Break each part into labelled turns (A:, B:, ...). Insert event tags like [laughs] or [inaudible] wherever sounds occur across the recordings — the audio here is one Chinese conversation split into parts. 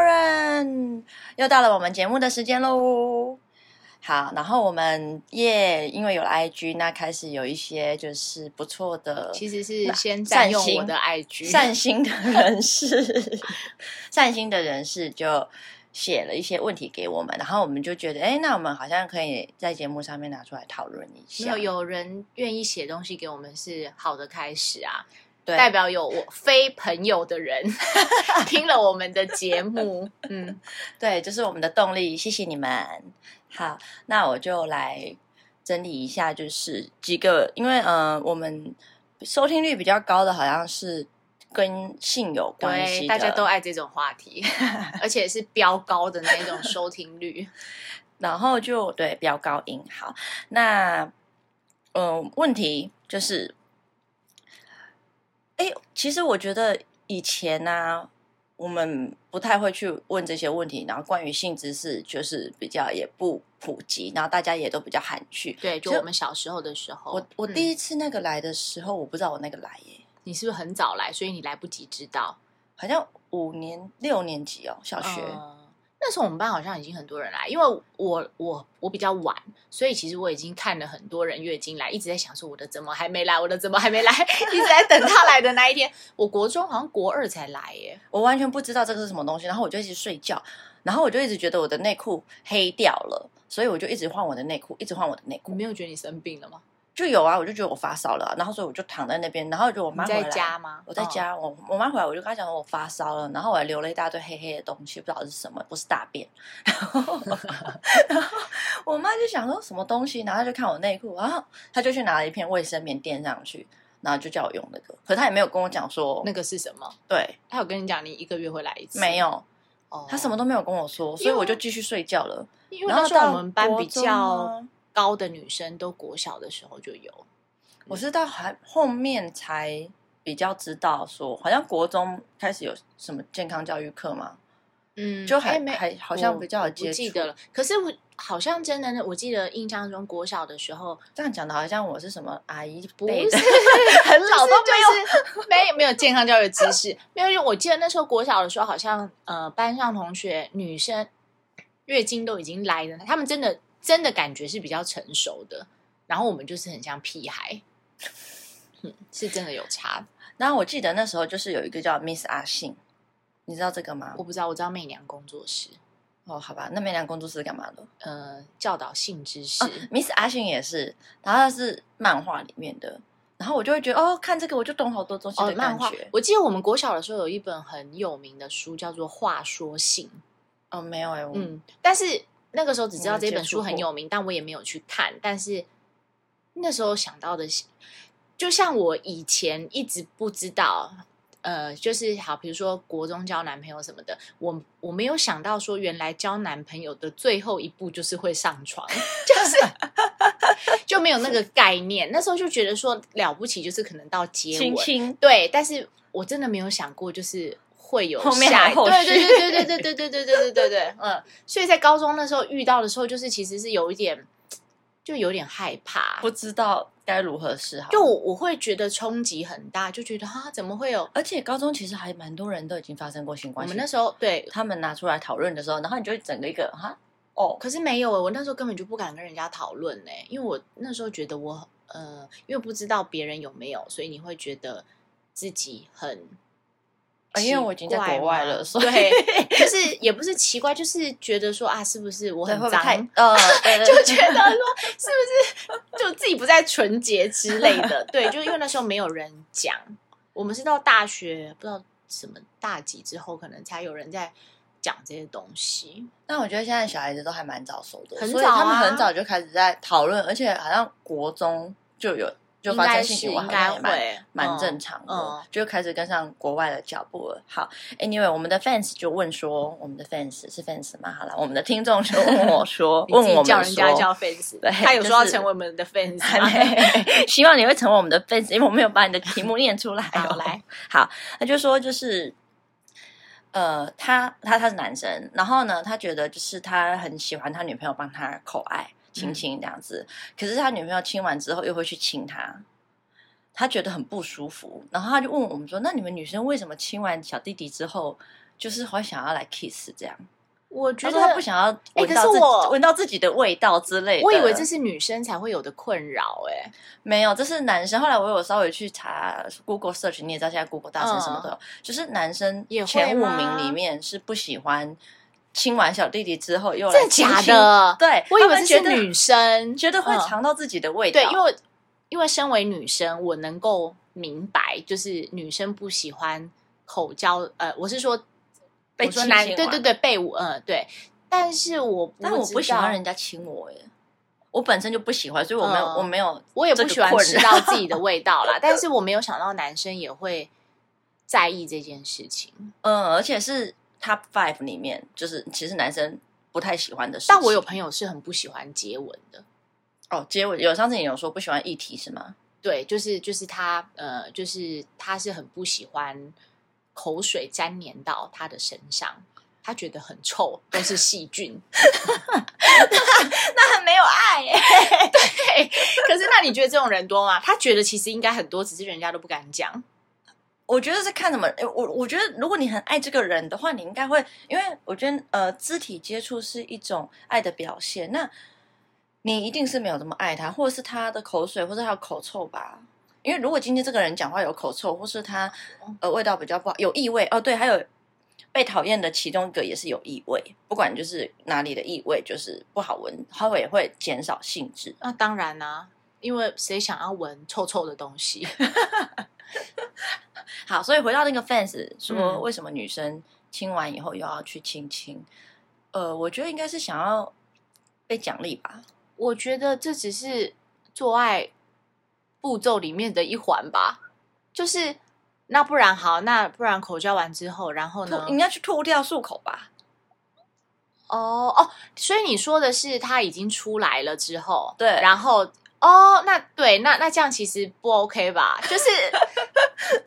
A: 看，又到了我们节目的时间喽。好，然后我们耶因为有了 IG，那开始有一些就是不错的
B: 其实是先占用我的 IG，
A: 善心的人士， [laughs] 善心的人士就写了一些问题给我们，然后我们就觉得，哎，那我们好像可以在节目上面拿出来讨论一
B: 没
A: 下。
B: 有有人愿意写东西给我们是好的开始啊，
A: 对，
B: 代表有我非朋友的
A: [laughs]
B: 人听了我们的节目，嗯，
A: 对，就是我们的动力，谢谢你们。好，那我就来整理一下，就是几个，因为嗯、呃我们收听率比较高的好像是跟性有关系
B: 对，
A: 的，
B: 大家都爱这种话
A: [laughs]
B: 题，而且是飙高的那种收听率，
A: 然后就对飙高音。好，那嗯，问题就是，哎，其实我觉得以前呢、我们不太会去问这些问题，然后关于性知识就是比较也不普及，然后大家也都比较含蓄。
B: 对，就
A: 其实
B: 我们小时候的时候，
A: 我我
B: 嗯
A: 第一次那个来的时候，我不知道我那个来耶，
B: 你是不是很早来，所以你来不及知道？
A: 好像五年六年级哦，小学。
B: 嗯那时候我们班好像已经很多人来，因为我我我比较晚，所以其实我已经看了很多人月经来，一直在想说我的怎么还没来，我的怎么还没来， [laughs] 一直在等他来的那一天。我国中好像国二才来耶，
A: 我完全不知道这个是什么东西，然后我就一直睡觉，然后我就一直觉得我的内裤黑掉了，所以我就一直换我的内裤，一直换我的内
B: 你
A: 裤，
B: 没有觉得你生病了吗？
A: 就有啊，我就觉得我发烧了啊，然后所以我就躺在那边，然后就我妈
B: 你
A: 回
B: 在
A: 来，
B: 家吗？
A: 我在
B: 嗯。
A: 家，我我妈回来，我就跟她讲说我发烧了，然后我还流了一大堆黑黑的东西，不知道是什么，不是大便，
B: [laughs]
A: 然后然后我妈就想说什么东西，然后她就看我内裤，然后她就去拿了一片卫生棉垫上去，然后就叫我用那个，可她也没有跟我讲说
B: 哦那个是什么？
A: 对
B: 他有跟你讲你一个月会来一次？
A: 没
B: 有，
A: 有。
B: 哦
A: 他什么都没有跟我说，所以我就继续睡觉了。
B: 因为
A: 然
B: 那
A: 后
B: 时候
A: 到
B: 我们班
A: 国
B: 比
A: 中
B: 较
A: 啊
B: 高的女生都国小的时候就有，
A: 我是到还后面才比较知道说，好像国中开始有什么健康教育课嘛，
B: 嗯
A: 就还
B: 哎没
A: 还好像
B: 我
A: 比较有
B: 我
A: 接
B: 不
A: 触。
B: 记得了。可是我好像真的，我记得印象中国小的时候，
A: 这样讲的好像我是什么阿姨
B: 不
A: 辈
B: 是
A: 的，很老都没有。
B: 有，没有没有健康教育知识，没有。因为我记得那时候国小的时候，好像呃班上同学女生月经都已经来了，他们真的真的感觉是比较成熟的，然后我们就是很像屁孩，嗯是真的有差。
A: [laughs] 然后我记得那时候就是有一个叫 Miss 阿信，你知道这个吗
B: 我？不知道，我知道媚娘工作室，
A: 哦，好吧，那媚娘工作室干嘛的、
B: 呃，教导性知识。
A: 哦、？Miss 阿信也是，然后她是漫画里面的，然后我就会觉得哦，看这个我就懂好多东西
B: 哦
A: 的，
B: 漫
A: 感
B: 画
A: 觉。。
B: 我记得我们国小的时候有一本很有名的书，叫做《话说性》。
A: 哦没有哎、我
B: 嗯，但是那个时候只知道这本书
A: 我没有接触过
B: 很有名，但我也没有去看。但是那时候想到的是，就像我以前一直不知道，呃，就是好，比如说国中交男朋友什么的，我我没有想到说，原来交男朋友的最后一步就是会上床，就是。 [laughs] 就没有那个概念，那时候就觉得说了不起，就是可能到接吻
A: 亲，亲
B: 对，但是我真的没有想过，就是会有
A: 后面
B: 下
A: 还有后
B: 对
A: 续
B: 对对对对对对对对对对对对，嗯，所以在高中那时候遇到的时候，就是其实是有一点，就有点害怕，
A: 不知道该如何是好。
B: 就我我会觉得冲击很大，就觉得啊，怎么会有？
A: 而且高中其实还蛮多人都已经发生过性
B: 我
A: 关系，
B: 们那时候对，
A: 他们拿出来讨论的时候，然后你就会整个一个哈哦，
B: 可是没有欸，我那时候根本就不敢跟人家讨论呢，欸因为我那时候觉得我呃，因为不知道别人有没有，所以你会觉得自己很
A: 啊因为我已经在国
B: 奇怪吗
A: 外了所以 [laughs]
B: 对，就是也不是奇怪，就是觉得说啊，是不是我
A: 对，
B: 很
A: 会不会
B: 脏
A: 太？呃，
B: [laughs]
A: 对对
B: 就
A: 对
B: 觉
A: [laughs]
B: 得说是不是就自己不再纯洁之类的，对，就是因为那时候没有人讲，我们是到大学不知道什么大几之后，可能才有人在讲这些东西。
A: 但我觉得现在小孩子都还蛮早熟的，
B: 很
A: 所以
B: 早啊
A: 他们很早就开始在讨论，而且好像国中就有就
B: 应
A: 发
B: 该
A: 生
B: 是
A: 性行为，
B: 应
A: 好像
B: 该
A: 也蛮
B: 会
A: 蛮正
B: 嗯
A: 常的，
B: 嗯，
A: 就开始跟上国外的脚步了。好，Anyway，我们的 fans 就问说，我们的 fans 是 fans 吗？好了，我们的听众就问我说
B: [laughs] 你
A: 问
B: 自
A: 我
B: 己
A: 们
B: 叫人家
A: 说
B: 叫 fans，
A: 对
B: 他有说要
A: 就是
B: 成为我们的 fans，
A: [laughs] 还
B: 吗
A: 没，希望你会成为我们的 fans，因为我没有把你的题目念出来、哦。
B: [laughs] 好来，
A: 好，他就说就是，呃，他他他是男生，然后呢，他觉得就是他很喜欢他女朋友帮他口爱
B: 嗯
A: 亲亲这样子，可是他女朋友亲完之后又会去亲他。他觉得很不舒服，然后他就问我们说：“那你们女生为什么亲完小弟弟之后，就是会想要来 kiss 这样？”
B: 我
A: 他
B: 觉
A: 说
B: 得
A: 他不想要
B: 哎
A: 闻
B: 可
A: 到
B: 是
A: 自己
B: 我
A: 闻到自己的味道之类的。
B: 我以为这是女生才会有的困扰、欸，哎，
A: 没有，这是男生。后来我有稍微去查 Google search，你也知道现在 Google 大神什
B: 嗯
A: 么都有，就是男生
B: 也会
A: 前五
B: 吗
A: 名里面是不喜欢亲完小弟弟之后又来
B: 真的
A: 亲
B: 假
A: 亲？
B: 的？
A: 对，
B: [laughs] 我以
A: 他
B: 为
A: 们
B: 这
A: 觉
B: 是
A: 得
B: 女生，
A: 觉得会
B: 嗯
A: 尝到自己的味道，
B: 对，因为因为身为女生，我能够明白，就是女生不喜欢口交，呃，我是说
A: 被
B: 我说
A: 亲
B: 男，
A: 亲
B: 对
A: 完
B: 对对，被我，呃，对。但是我不，
A: 但我不喜欢，人家亲我耶，我本身就不喜欢，所以我没有、
B: 嗯
A: 我没有
B: 我也
A: 这
B: 不
A: 个
B: 喜欢
A: 困
B: 吃
A: 扰
B: 到自己的味道
A: [laughs]
B: 啦。但是我没有想到男生也会在意这件事情。
A: 嗯，而且是 Top Five 里面，就是其实男生不太喜欢的事情。
B: 但我有朋友是很不喜欢接吻的，
A: 哦，接吻有上次你有说不喜欢议题是吗？
B: 对，就是就是他，呃，就是他是很不喜欢口水粘黏到他的身上。他觉得很臭，都是细菌。
A: [laughs] 那很没有爱
B: [laughs]
A: 耶。
B: 可是，那你觉得这种人多吗？他觉得其实应该很多，只是人家都不敢讲。
A: 我觉得是看什么，诶我我觉得如果你很爱这个人的话，你应该会，因为我觉得呃，肢体接触是一种爱的表现。那你一定是没有这么爱他，或者是他的口水，或者他的口臭吧？因为如果今天这个人讲话有口臭，或是他呃味道比较不好，有异味哦，对，还有被讨厌的其中一个也是有异味，不管就是哪里的异味，就是不好闻，它也会减少兴致。
B: 那当然啦、因为谁想要闻臭臭的东西？
A: 好，所以回到那个 fans 说，
B: 嗯
A: 为什么女生亲完以后又要去亲亲？呃，我觉得应该是想要被奖励吧。
B: 我觉得这只是做爱步骤里面的一环吧。就是那不然好，那不然口交完之后，然后
A: 吐
B: 呢，
A: 应？该去吐掉漱口吧？
B: 哦哦，所以你说的是他已经出来了之后，
A: 对
B: 然后哦，那对，那那这样其实不 OK 吧？
A: [laughs]
B: 就是，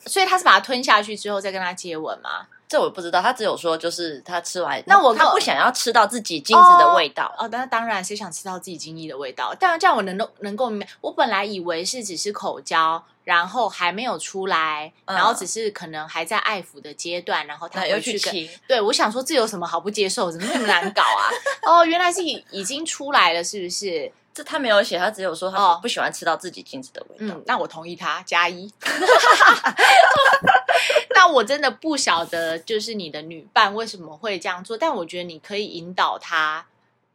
B: 所以他是把它吞下去之后再跟他接吻吗？
A: 这我不知道，他只有说就是他吃完，
B: 那我
A: 他
B: 告
A: 不想要吃到自己精子的味道。
B: 哦，那当然，谁想吃到自己精液的味道？但这样我能够能够明白，我本来以为是只是口交，然后还没有出来，
A: 嗯
B: 然后只是可能还在爱抚的阶段，然后他
A: 那又
B: 回
A: 去
B: 去跟
A: 亲，
B: 对，我想说这有什么好不接受？怎么那么难搞啊？哦，原来是已已经出来了，是不是？
A: 这他没有写，他只有说他
B: 哦
A: 不不喜欢吃到自己精子的味道。
B: 嗯，那我同意他加一。 [laughs] 那我真的不晓得，就是你的女伴为什么会这样做，但我觉得你可以引导她，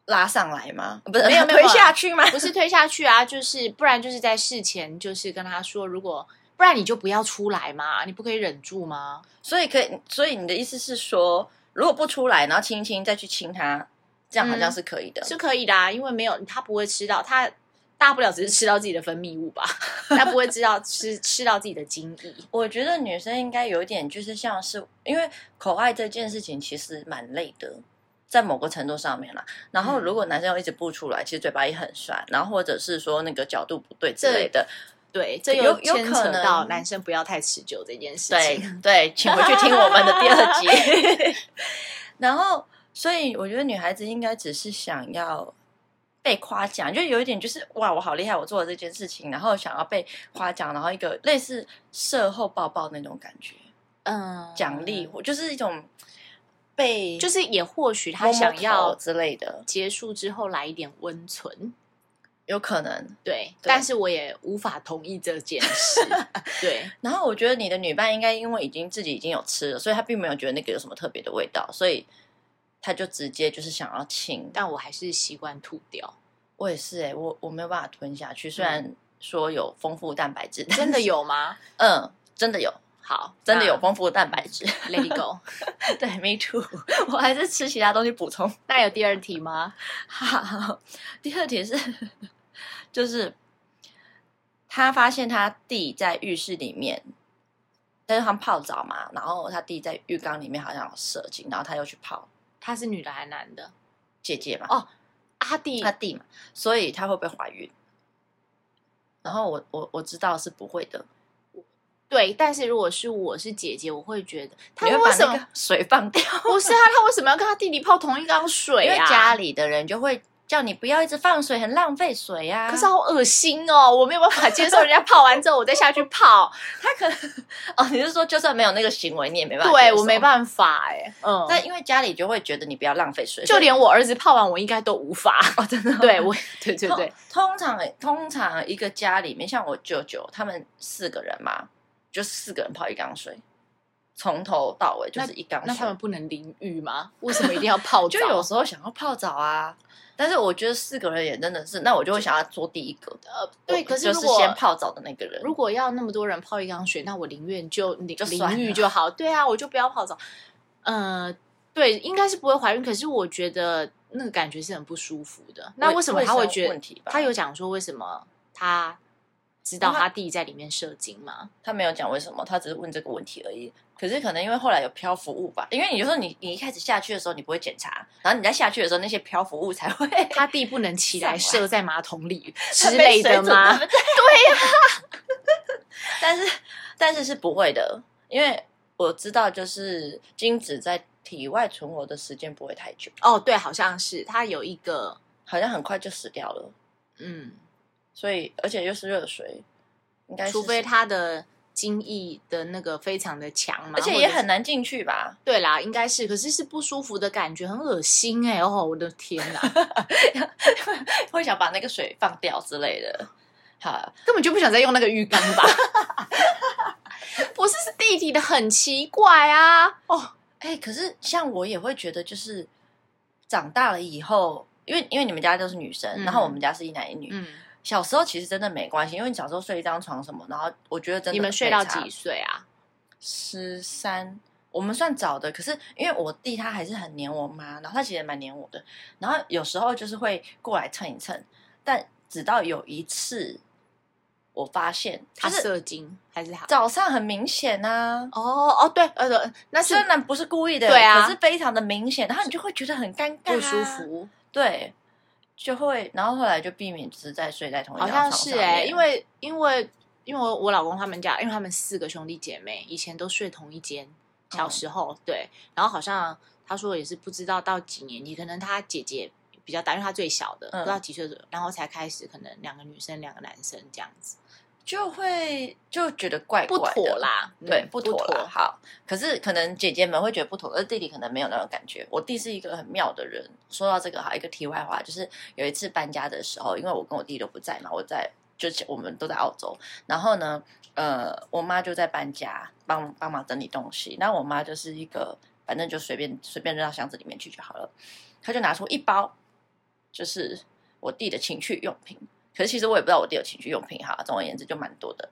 A: 拉上来吗？不是， [laughs]
B: 没有没有
A: 推下去吗？
B: 不是推下去啊，就是不然就是在事前就是跟她说，如果不然你就不要出来嘛，你不可以忍住吗？
A: 所以可以，所以你的意思是说，如果不出来，然后亲一亲再去亲他，这样好像
B: 嗯
A: 是可以的。
B: 是可以的、啊，因为没有她不会吃到，她大不了只是吃到自己的分泌物 [laughs] 吧，她不会知道吃吃到自己的精液。
A: 我觉得女生应该有点就是像是，因为口爱这件事情其实蛮累的，在某个程度上面啦。然后
B: 嗯
A: 如果男生又一直不出来，其实嘴巴也很酸，然后或者是说那个角度不对之类的。
B: 对，这
A: 有
B: 又
A: 有
B: 牵
A: 可
B: 扯
A: 能
B: 到男生不要太持久这件事
A: 对
B: 情。
A: 对，请回去听我们的第二
B: [laughs]
A: 集。 [laughs] 然后，所以我觉得女孩子应该只是想要被夸奖，就有一点就是哇，我好厉害，我做了这件事情，然后想要被夸奖，然后一个类似事后抱抱那种感觉。
B: 嗯，
A: 奖励，，或就是一种被
B: 就是也或许
A: 摸
B: 他
A: 摸
B: 想
A: 头
B: 要
A: 之类的，
B: 结束之后来一点温存，
A: 有可能。
B: 对，但是我也无法同意这件 [laughs] 事，对，
A: 然后我觉得你的女伴应该因为已经自己已经有吃了，所以她并没有觉得那个有什么特别的味道，所以她就直接就是想要亲。
B: 但我还是习惯吐掉，
A: 我也是哎、我我没有办法吞下去，虽然说有丰富蛋白
B: [laughs]
A: 质，
B: 真的有吗？
A: 嗯，真的有，
B: 好，
A: 真的有丰富的蛋白质。 [laughs]
B: 那，Let [laughs] it go。
A: 对，me too，我 [laughs] 还是吃其他东西补充。
B: 那有第二题吗？
A: 好，第二题是， [laughs] 就是他发现他弟在浴室里面，但是他们泡澡嘛，然后他弟在浴缸里面好像有射精，然后他又去泡
B: 他是女的还是男的？
A: 姐姐嘛，
B: 哦阿弟
A: 他，弟嘛，所以他会不会怀孕？然后我我我知道是不会的，
B: 对，但是如果是我是姐姐，我会觉得他
A: 你会
B: 为
A: 把
B: 什
A: 那
B: [laughs] 么
A: 个水放掉，
B: 不是啊？他为什么要跟他弟弟泡同一缸
A: 因
B: 水
A: 为
B: 啊？
A: 家里的人就会叫你不要一直放水，很浪费水呀、
B: 可是好恶心哦，我没有办法接受人家泡完之后我再下去泡，
A: 他可能哦，你是说就算没有那个行为，你也没办
B: [laughs]
A: 法？哦
B: 对我没办法哎、嗯
A: 法。，但因为家里就会觉得你不要浪费水，
B: 就连我儿子泡完我应该都无法，
A: 哦，真的、
B: [laughs] 对我，对对对，
A: 通通常通常一个家里面，像我舅舅他们四个人嘛，就四个人泡一缸水，从头到尾就是一缸
B: [laughs] 那他
A: 水
B: 们。不能淋浴吗？为什么一定要泡
A: 就
B: 澡？
A: 有时候想要泡澡啊，但是我觉得四个人也真的是，那我就会想要做第一个的，
B: 呃，对，可是
A: 就
B: 如
A: 是
B: 果
A: 先泡澡的那个人。
B: 如果要那么多人泡一缸水，那我宁愿就淋
A: 就算
B: 淋浴
A: 了
B: 就好。对啊，我就不要泡澡。呃，对，应该是不会怀孕，可是我觉得那个感觉是很不舒服的。那为什么他会觉
A: 卫生问
B: 得？
A: 题吧？
B: 他有讲说为什么他知道
A: 因为他
B: 他弟在里面射精吗？
A: 他没有讲为什么，他只是问这个问题而已。可是可能因为后来有漂浮物吧，因为你就说你你一开始下去的时候你不会检查，然后你在下去的时候那些漂浮物才会
B: 他弟不能起
A: [laughs]
B: 来
A: 上来
B: 射在马桶
A: [laughs]
B: 里之类的吗？
A: 对呀、但是但是是不会的，因为我知道就是精子在体外存活的时间不会太久，
B: 哦，对，好像是他有一个
A: 好像很快就死掉了，
B: 嗯，
A: 所以而且又是热水，应该是
B: 除非他的精液的那个非常的强嘛，
A: 而且
B: 或
A: 也
B: 者是
A: 很难进去吧，
B: 对啦，应该是，可是是不舒服的感觉，很恶心哎、哦，我的天哪，
A: 会想把那个水放掉之类的。好，
B: 根本就不想再用那个浴缸吧。 [laughs] 不是是弟弟的，很奇怪啊。哦，
A: 哎、可是像我也会觉得，就是长大了以后，因为因为你们家都是女生，
B: 嗯
A: 然后我们家是一男一女，
B: 嗯，
A: 小时候其实真的没关系，因为你小时候睡一张床什么，然后我觉得真的
B: 你们睡到几岁啊？
A: 十三，我们算早的。可是因为我弟他还是很黏我妈，然后他其实也蛮黏我的，然后有时候就是会过来蹭一蹭，但直到有一次我发现，就
B: 他
A: 是
B: 射精还啊是他？
A: 早上很明显啊。
B: 哦哦，对，呃，对那是
A: 虽然不是故意的，
B: 对啊
A: 可是非常的明显，然后你就会觉得很尴尬、
B: 不舒，服，
A: 对，就会，然后后来就避免只是在睡在同一
B: 好
A: 张床
B: 像
A: 上
B: 是
A: 面，
B: 哎、因为因为因为我我老公他们家，因为他们四个兄弟姐妹以前都睡同一间，小时候、对，然后好像他说也是不知道到几年级，可能他姐姐比较大，因为他最小的，
A: 嗯
B: 不知道几岁左右，然后才开始可能两个女生两个男生这样子，
A: 就会就觉得怪怪
B: 不
A: 的
B: 妥啦，
A: 对
B: 嗯，
A: 不妥啦。好，可是可能姐姐们会觉得不妥，而弟弟可能没有那种感觉。我弟是一个很妙的人。说到这个，好，一个题外话，就是有一次搬家的时候，因为我跟我弟都不在嘛，我在就是我们都在澳洲，然后呢，呃，我妈就在搬家，帮帮忙整理东西。那我妈就是一个，反正就随便随便扔到箱子里面去就好了。她就拿出一包，就是我弟的情趣用品。可是其实我也不知道我弟有情趣用品哈，总而言之就蛮多的。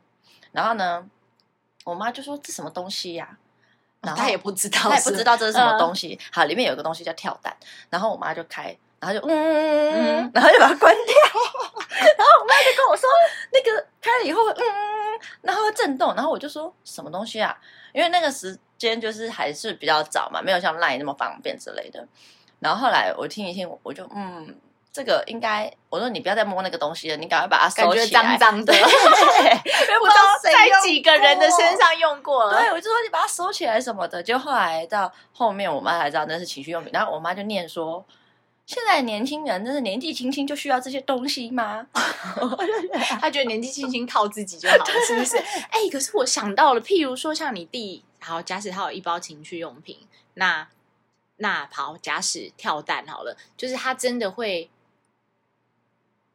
A: 然后呢，我妈就说这什么东西呀、然后
B: 哦他也不知道，
A: 她也不知道这是什么
B: 嗯
A: 东西。好，里面有一个东西叫跳蛋，然后我妈就开，然后就嗯嗯嗯嗯，然后就把它关掉。 [laughs] 然后我妈就跟我说，那个开了以后会嗯嗯嗯，然后会震动，然后我就说什么东西啊？因为那个时间就是还是比较早嘛，没有像 LINE 那么方便之类的。然后后来我听一听，我就嗯，这个应该，我说你不要再摸那个东西了，你赶快把它
B: 感
A: 收
B: 觉
A: 起来。
B: 脏脏 [laughs] 的，
A: 对
B: 不知道在几个人的身上用过了。
A: 对，我就说你把它收起来什么的。就后来到后面，我妈才知道那是情趣用品，然后我妈就念说：“现在年轻人真是年纪轻轻就需要这些东西 [laughs] 吗？”
B: 他觉得年纪轻轻靠自己就好了，是不是？哎、可是我想到了，譬如说像你弟，好，假使他有一包情趣用品，那那好，假使跳蛋好了，就是他真的会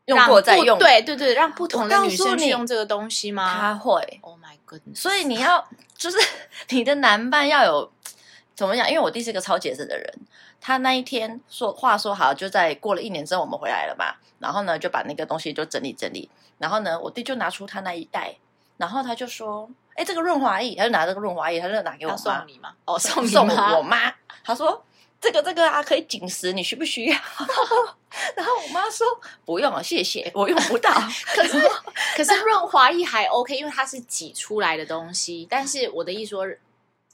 A: 用
B: 让
A: 过再
B: 不
A: 用，，
B: 对对对，让不同的
A: 我告
B: 女
A: 诉
B: 生去
A: 你
B: 用这个东西吗
A: 他会。
B: ？Oh my goodness！
A: 所以你要就是 [laughs] 你的男伴要有怎么讲？因为我弟是个超节制的人，他那一天说话说好，就在过了一年之后我们回来了嘛，然后呢就把那个东西就整理整理，然后呢我弟就拿出他那一袋，然后他就说：“哎，这个润滑液。”他就拿这个润滑液，他就拿给我
B: 要
A: 妈，
B: 送你吗？哦，送你
A: 送
B: 吗
A: 我妈，她说这个这个啊可以紧实，你需不需要？ [laughs] 然后我妈说不用了，啊谢谢，我用不到。 [laughs]
B: 可是可是润滑液还 OK，因为它是挤出来的东西。但是我的意思说，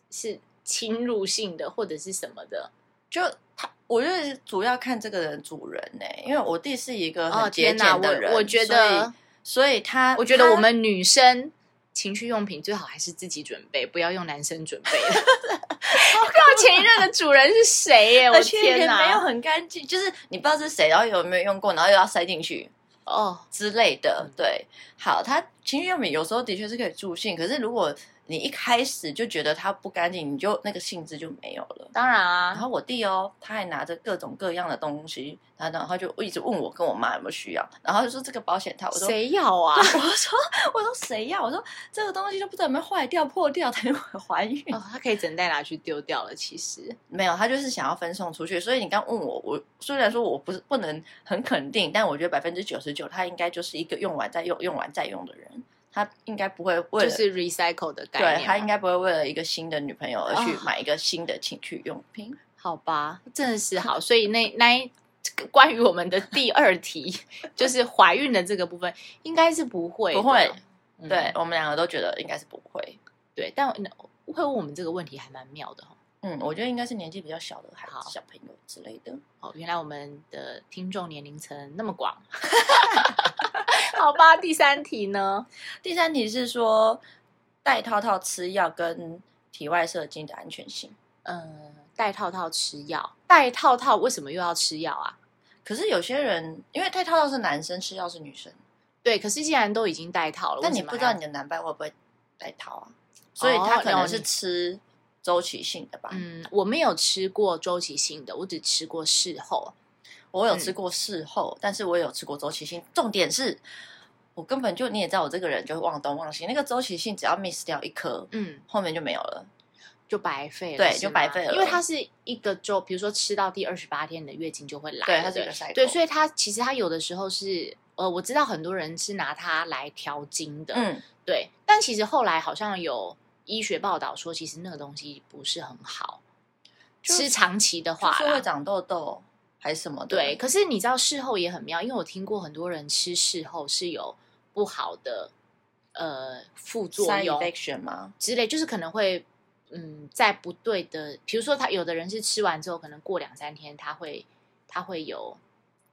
B: 是侵入性的或者是什么的。
A: 就他，我觉得主要看这个人主人呢、因为我弟是一个
B: 哦
A: 很节
B: 天哪
A: 俭的人，
B: 我我觉得
A: 所以，所以他
B: 我觉得我
A: 他 [laughs]
B: 们女生情趣用品最好还是自己准备，不要用男生准备的。不知道前一任的主人是谁耶！我
A: 而且
B: 天
A: 也
B: 哪！
A: 没有很干净，就是你不知道是谁，然后有没有用过，然后又要塞进去
B: 哦，
A: 之类的。
B: 嗯
A: 对，好，它情趣用品有时候的确是可以助兴，可是如果你一开始就觉得它不干净，你就那个性质就没有了。
B: 当然
A: 然
B: 啊，
A: 后我弟哦，他还拿着各种各样的东西，然后然后他就一直问我跟我妈有没有需要，然后他就说这个保险套，我说
B: 谁要啊
A: 我？说我说谁要？我说这个东西都不知道有没有坏掉、破掉，等一会儿怀孕。
B: 哦，他可以整袋拿去丢掉了。其
A: [laughs]
B: 实，
A: 没有，他就是想要分送出去。所以你刚问我，我虽然说我不是不能很肯定，但我觉得百分之九十九他应该就是一个用完再用、用完再用的人，他应该不会为
B: 就
A: 了。
B: 是 recycle 的概念嘛。
A: 对他应该不会为了一个新的女朋友而去
B: 哦
A: 买一个新的情趣用品。
B: 好吧，真的是好。所以那那一这个关于我们的第二题，就是怀孕的这个部分，应该是不会的，
A: 不会
B: 嗯
A: 对我们两个都觉得应该是不会。
B: 对。但会问我们这个问题还蛮妙的哦。
A: 嗯，我觉得应该是年纪比较小的孩
B: 好
A: 子、小朋友之类的。
B: 哦，原来我们的听众年龄层那么广。 [laughs] 好吧，第三题呢？
A: 第三题是说戴套套吃药跟体外射精的安全性。
B: 嗯，戴套套吃药，戴套套为什么又要吃药啊？
A: 可是有些人因为戴套套是男生，吃药是女生。
B: 对，可是既然都已经戴套了，
A: 但
B: 为
A: 你
B: 什么
A: 不知
B: 还
A: 道你的男伴会不会戴套啊，所以他可
B: 了
A: 能是
B: 解
A: 吃周期性的吧。
B: 嗯，我没有吃过周期性的，我只吃过事后。
A: 我
B: 嗯
A: 有吃过事后，但是我也有吃过周期性。重点是我根本就你也知道，我这个人就会忘东忘西。那个周期性只要 miss 掉一颗，
B: 嗯，
A: 后面就没有了。
B: 就白费了，
A: 对
B: 是
A: 就
B: 吗
A: 白费了
B: 因为它是一个周，比如说吃到第二十八天，你的月经就会来了，
A: 对，它是一个 cycle。
B: 对，所以它其实它有的时候是，呃，我知道很多人是拿它来调经的，
A: 嗯，
B: 对，但其实后来好像有医学报道说，其实那个东西不是很好，
A: 就
B: 吃长期的
A: 就
B: 话
A: 是
B: 啦
A: 会长痘痘还是什么的。
B: 对，，可是你知道事后也很妙，因为我听过很多人吃事后是有不好的呃副作
A: Side
B: 用
A: infection 吗？
B: 之类，就是可能会嗯在不对的，比如说他有的人是吃完之后，可能过两三天他会他会有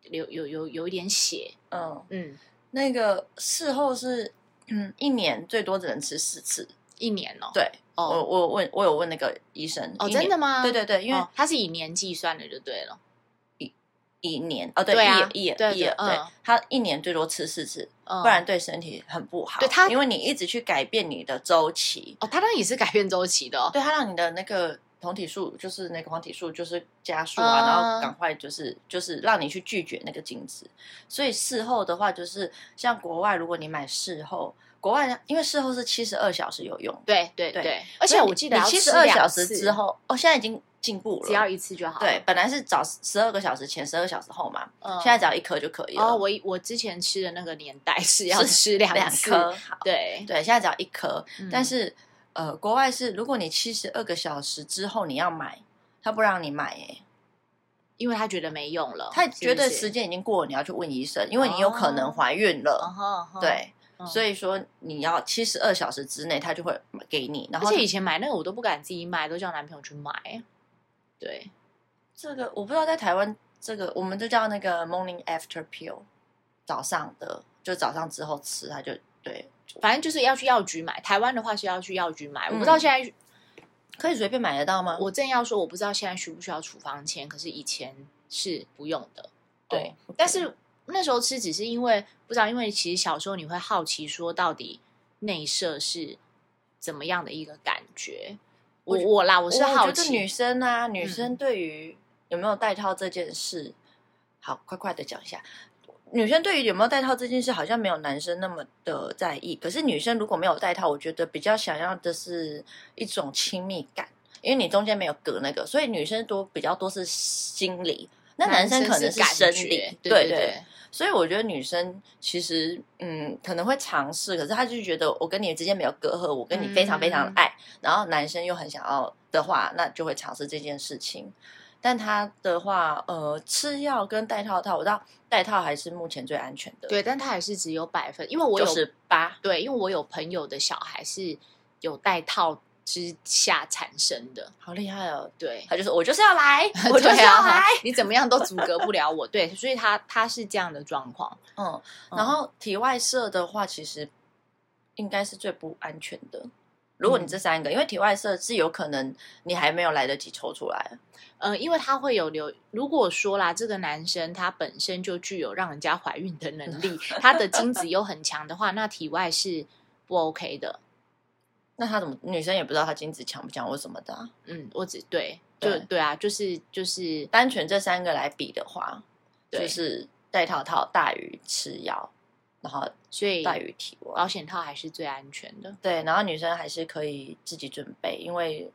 B: 流有有有一点血，
A: 嗯，
B: 嗯，
A: 那个事后是嗯一年最多只能吃四次。
B: 一年哦，
A: 对，我
B: 哦
A: 我有问我有问那个医生
B: 哦，
A: 一年
B: 真的吗？
A: 对对对，因为
B: 哦它是以年计算的就对了，
A: 一年哦，对，
B: 对啊
A: 一眼一
B: 对
A: 眼一眼，
B: 对
A: 对
B: 嗯，
A: 他一年最多吃四次，
B: 嗯、
A: 不然对身体很不好。
B: 对它
A: 因为你一直去改变你的周期，
B: 哦，它当然也是改变周期的哦。
A: 对它让你的那个酮体素，就是那个黄体素，就是加速啊，
B: 嗯
A: 然后赶快就是就是让你去拒绝那个精子。所以事后的话，就是像国外，如果你买事后，国外因为事后是七十二小时有用，
B: 对对
A: 对
B: 对，而且我记得要
A: 七
B: 吃
A: 十二
B: 两
A: 小时
B: 次
A: 之后，哦，现在已经进步了，
B: 只要一次就好了。
A: 对，本来是早十二个小时前，十二个小时后嘛，
B: 嗯，
A: 现在只要一颗就可以了。
B: 哦，我我之前吃的那个年代是要
A: 是
B: 吃两
A: 两
B: 次
A: 颗，好
B: 对，
A: 对，现在只要一颗，
B: 嗯
A: 但是呃，国外是如果你七十二个小时之后你要买，他不让你买、欸，
B: 因为他觉得没用了，
A: 他
B: 哦是
A: 觉
B: 不
A: 得
B: 是
A: 时，间已经过了，你要去问医生，因为你有可能怀孕
B: 嗯
A: 了，
B: 哼嗯哼，
A: 对，
B: 嗯
A: 所以说你要七十二小时之内他就会给你，然
B: 而
A: 后
B: 且以前买那个我都不敢自己买，都叫男朋友去买。对，
A: 这个我不知道在台湾这个我们就叫那个 morning after pill，早上的就早上之后吃，他就对。
B: 反正就是要去药局买。台湾的话是要去药局买，我不
A: 嗯
B: 知道现在
A: 可以随便买得到吗？
B: 我正要说，我不知道现在需不需要处方签，可是以前是不用的。
A: 对
B: 哦但是那时候吃只是因为不知道，因为其实小时候你会好奇说，到底内射是怎么样的一个感觉？
A: 我
B: 我
A: 觉
B: 我啦，我
A: 我
B: 是好
A: 觉得女
B: 奇，嗯
A: 生啊，女生对于有没有戴套这件事，好，快快的讲一下。女生对于有没有戴套这件事，好像没有男生那么的在意。可是女生如果没有戴套，我觉得比较想要的是一种亲密感，因为你中间没有隔那个，所以女生多比较多是心理，那男生可能
B: 是
A: 是
B: 感
A: 生
B: 觉
A: 理。
B: 对
A: 对
B: 对，
A: 所以我觉得女生其实，嗯，可能会尝试，可是她就觉得我跟你之间没有隔阂，我跟你非常非
B: 嗯
A: 常爱，然后男生又很想要的话，那就会尝试这件事情。但他的话，呃，吃药跟戴套套，我知道戴套还是目前最安全的，
B: 对，但它还是只有百分，因为我有、
A: 九十八。
B: 对，因为我有朋友的小孩是有戴套之下产生的，
A: 好厉害哦！
B: 对。
A: 他就说我就是要来，我
B: [laughs]
A: 就
B: 对
A: 是要
B: 啊
A: 来。，嗯
B: 你怎么样都阻隔不了我，对，所以他他是这样的状况，
A: 嗯，
B: 嗯
A: 然后体外射的话，其实应该是最不安全的，
B: 嗯
A: 如果你这三个，因为体外射是有可能你还没有来得及抽出来，
B: 呃，因为他会有流。如果说啦，这个男生他本身就具有让人家怀孕的能
A: [laughs]
B: 力，他的精子又很强的话，那体外是不 OK 的。
A: 那他怎么女生也不知道他精子强不强或什么的啊、
B: 嗯，我只对，就
A: 对
B: 对啊，就是就是
A: 单纯这三个来比的话，
B: 对
A: 就是戴套套大于吃药，然后
B: 所以
A: 大于体外。
B: 保险套还是最安全的。
A: 对，然后女生还是可以自己准备，因为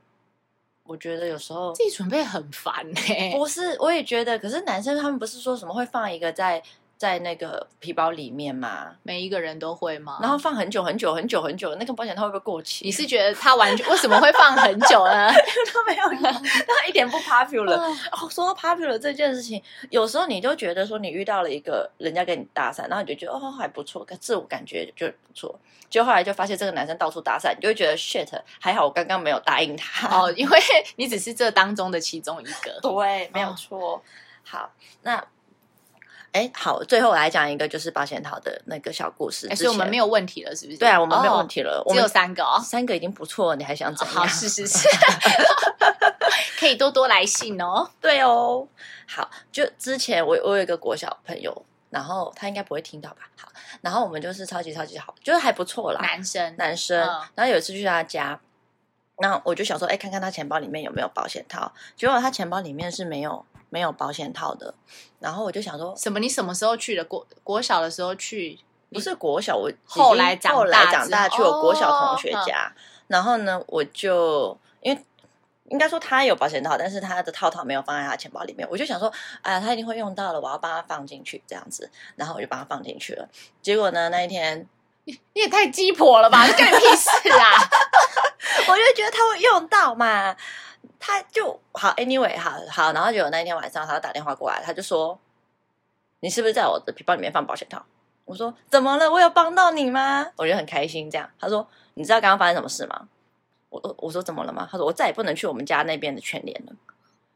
A: 我觉得有时候
B: 自己准备很烦欸呢、
A: 不是，我也觉得，可是男生他们不是说什么会放一个在在那个皮包里面吗？
B: 每一个人都会吗？
A: 然后放很久很久很久很久，那个保险套会不会过期？
B: 哦你是 [laughs] 觉得他完全为什么会放很久
A: [laughs]
B: 呢？
A: 都没有用，他一点不 popular。哦，说到 popular 这件事情，有时候你就觉得说你遇到了一个人家跟你搭讪，然后你就觉得哦还不错，可自我感觉就不错。就后来就发现这个男生到处搭讪，你就会觉得 shit，还好我刚刚没有答应他。
B: 哦，，因为你只是这当中的其中一个。
A: [laughs] 对，没有
B: 哦
A: 错。好，那。哎，好，最后我来讲一个就是保险套的那个小故事。
B: 哎，所以我们没
A: 有
B: 有问题了，是不是？
A: 对啊，我们没有
B: 哦
A: 问，题了，我
B: 只有
A: 们
B: 三个
A: [laughs]
B: 哦。
A: 三个已经不错了，你还想怎样？
B: 好，是是 [laughs] 是，可以多多来信哦。
A: 对哦，好，就之前我我有一个国小朋友，然后他应该不会听到吧？好，然后我们就是超级超级 [laughs] 好，就是还不错啦，
B: 男生，
A: 男生。
B: 嗯
A: 然后有一次去他家，那我就想说，哎，看看他钱包里面有没有保险套，结果他钱包里面是没有没有保险套的。然后我就想说，
B: 什么？你什么时候去的？国国小的时候去，
A: 不是国小，我已经
B: 后来长大
A: 后来长大
B: 之后哦
A: 去我国小同学家，然后呢，我就因为。应该说他有保险套，但是他的套套没有放在他钱包里面。我就想说，哎、呀，他一定会用到的，我要帮他放进去这样子。然后我就帮他放进去了。结果呢，那一天
B: 你也太鸡婆了
A: [laughs]
B: 吧？这干你屁事啊！
A: 我就觉得他会用到嘛，他就好，anyway，好好。然后结果那一天晚上，他打电话过来，他就说：“你是不是在我的皮包里面放保险套？”我说：“怎么了？我有帮到你吗？”我就很开心这样。他说：“你知道刚刚发生什么事吗？”我我我说：“怎么了吗？”他说：“我再也不能去我们家那边的全联了。”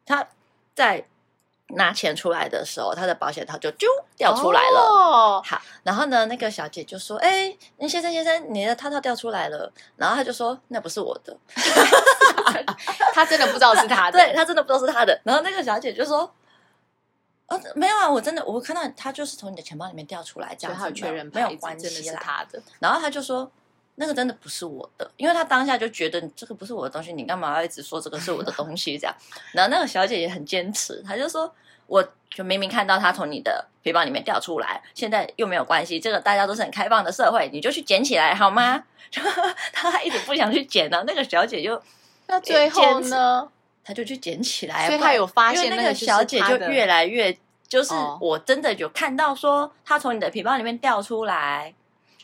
A: 他在拿钱出来的时候，他的保险套就啾掉出来了。
B: 哦了，
A: 好，然后呢，那个小姐就说：“哎、那先生先生，你的套套掉出来了。”然后他就说：“那不是我的。
B: 他真的不知道是他的。
A: 对他真的不知道是他的。然后那个小姐就说：“啊，没有啊，我真的我看到他就是从你的钱包里面掉出来，这
B: 最
A: 样
B: 好
A: 子
B: 确认
A: 没有
B: 牌
A: 没有
B: 子
A: 关
B: 真的
A: 系
B: 是
A: 啦。
B: 他的。”
A: 然后他就说。那个真的不是我的，因为他当下就觉得你这个不是我的东西，你干嘛要一直说这个是我的东西这样？然后那个小姐也很坚持，她就说：“我就明明看到他从你的皮包里面掉出来，现在又没有关系，这个大家都是很开放的社会，你就去捡起来好吗？” [laughs] 她一直不想去捡呢，那个小姐就
B: 那最后
A: 坚持
B: 呢？
A: 她就去捡起来，
B: 所以
A: 哎不然
B: 他有发
A: 因为
B: 现
A: 那
B: 个
A: 个
B: 是
A: 小姐
B: 他
A: 就
B: 的
A: 越来越，就是
B: 哦
A: 我真的有看到说她从你的皮包里面掉出来，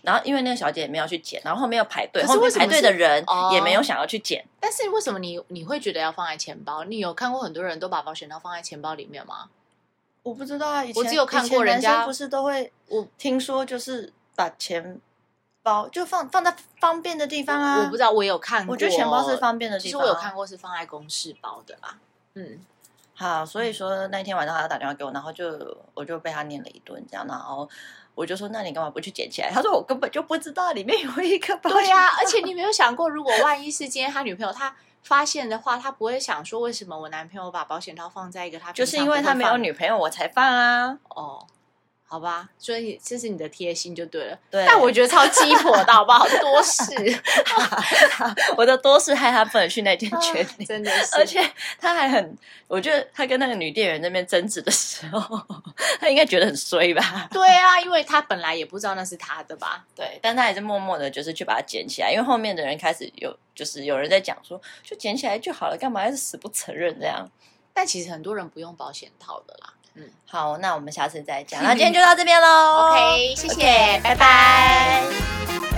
A: 然后因为那个小姐也没有去捡，然后后面有排队，
B: 可是
A: 后
B: 为
A: 面
B: 什
A: 排
B: 么
A: 队
B: 是
A: 的人
B: 哦
A: 也没有想要去捡，
B: 但是为什么你你会觉得要放在钱包？你有看过很多人都把保险套放在钱包里面吗？
A: 我不知道啊，以
B: 我只有看过人家
A: 以前男生不是都会，我听说就是把钱包就放放在方便的地方啊，
B: 我不知道，我有看过。
A: 我觉得钱包是，方便的
B: 其
A: 地
B: 实
A: 方、啊
B: 我有看。过是放在公事包的啦。
A: [laughs]
B: 嗯，
A: 好，所以说那天晚上他打电话给我，然后就我就被他念了一顿，这样，然后我就说那你干嘛不去捡起来？他说我根本就不知道里面有一个包。
B: 对呀、而且你没有想过，如果万一是今天他女朋友他发现的话，他不会想说为什么我男朋友把保险套放在一个他
A: 就
B: 平
A: 是
B: 常
A: 因
B: 不会
A: 为他没有
B: 放
A: 女朋友，我才放啊。
B: 哦。好吧，所以这是你的贴心就对了。
A: 对
B: 但
A: [laughs]
B: 我觉得超鸡婆的好不 [laughs] 好？多事，
A: 我的多是害他不能去那间全
B: 啊
A: 联，
B: 真的是。
A: 而且他还很，我觉得他跟那个女店员那边争执的时候，他应该觉得很衰吧？
B: 对啊，因为他本来也不知道那是他的吧？
A: 对，但他还是默默的，就是去把它捡起来，因为后面的人开始有，就是有人在讲说，就捡起来就好了，干嘛还是死不承认这样？
B: 但其实很多人不用保险套的啦。嗯
A: 好，哦那我们下次再讲，那今天就到这边喽。
B: ，OK，谢谢，拜拜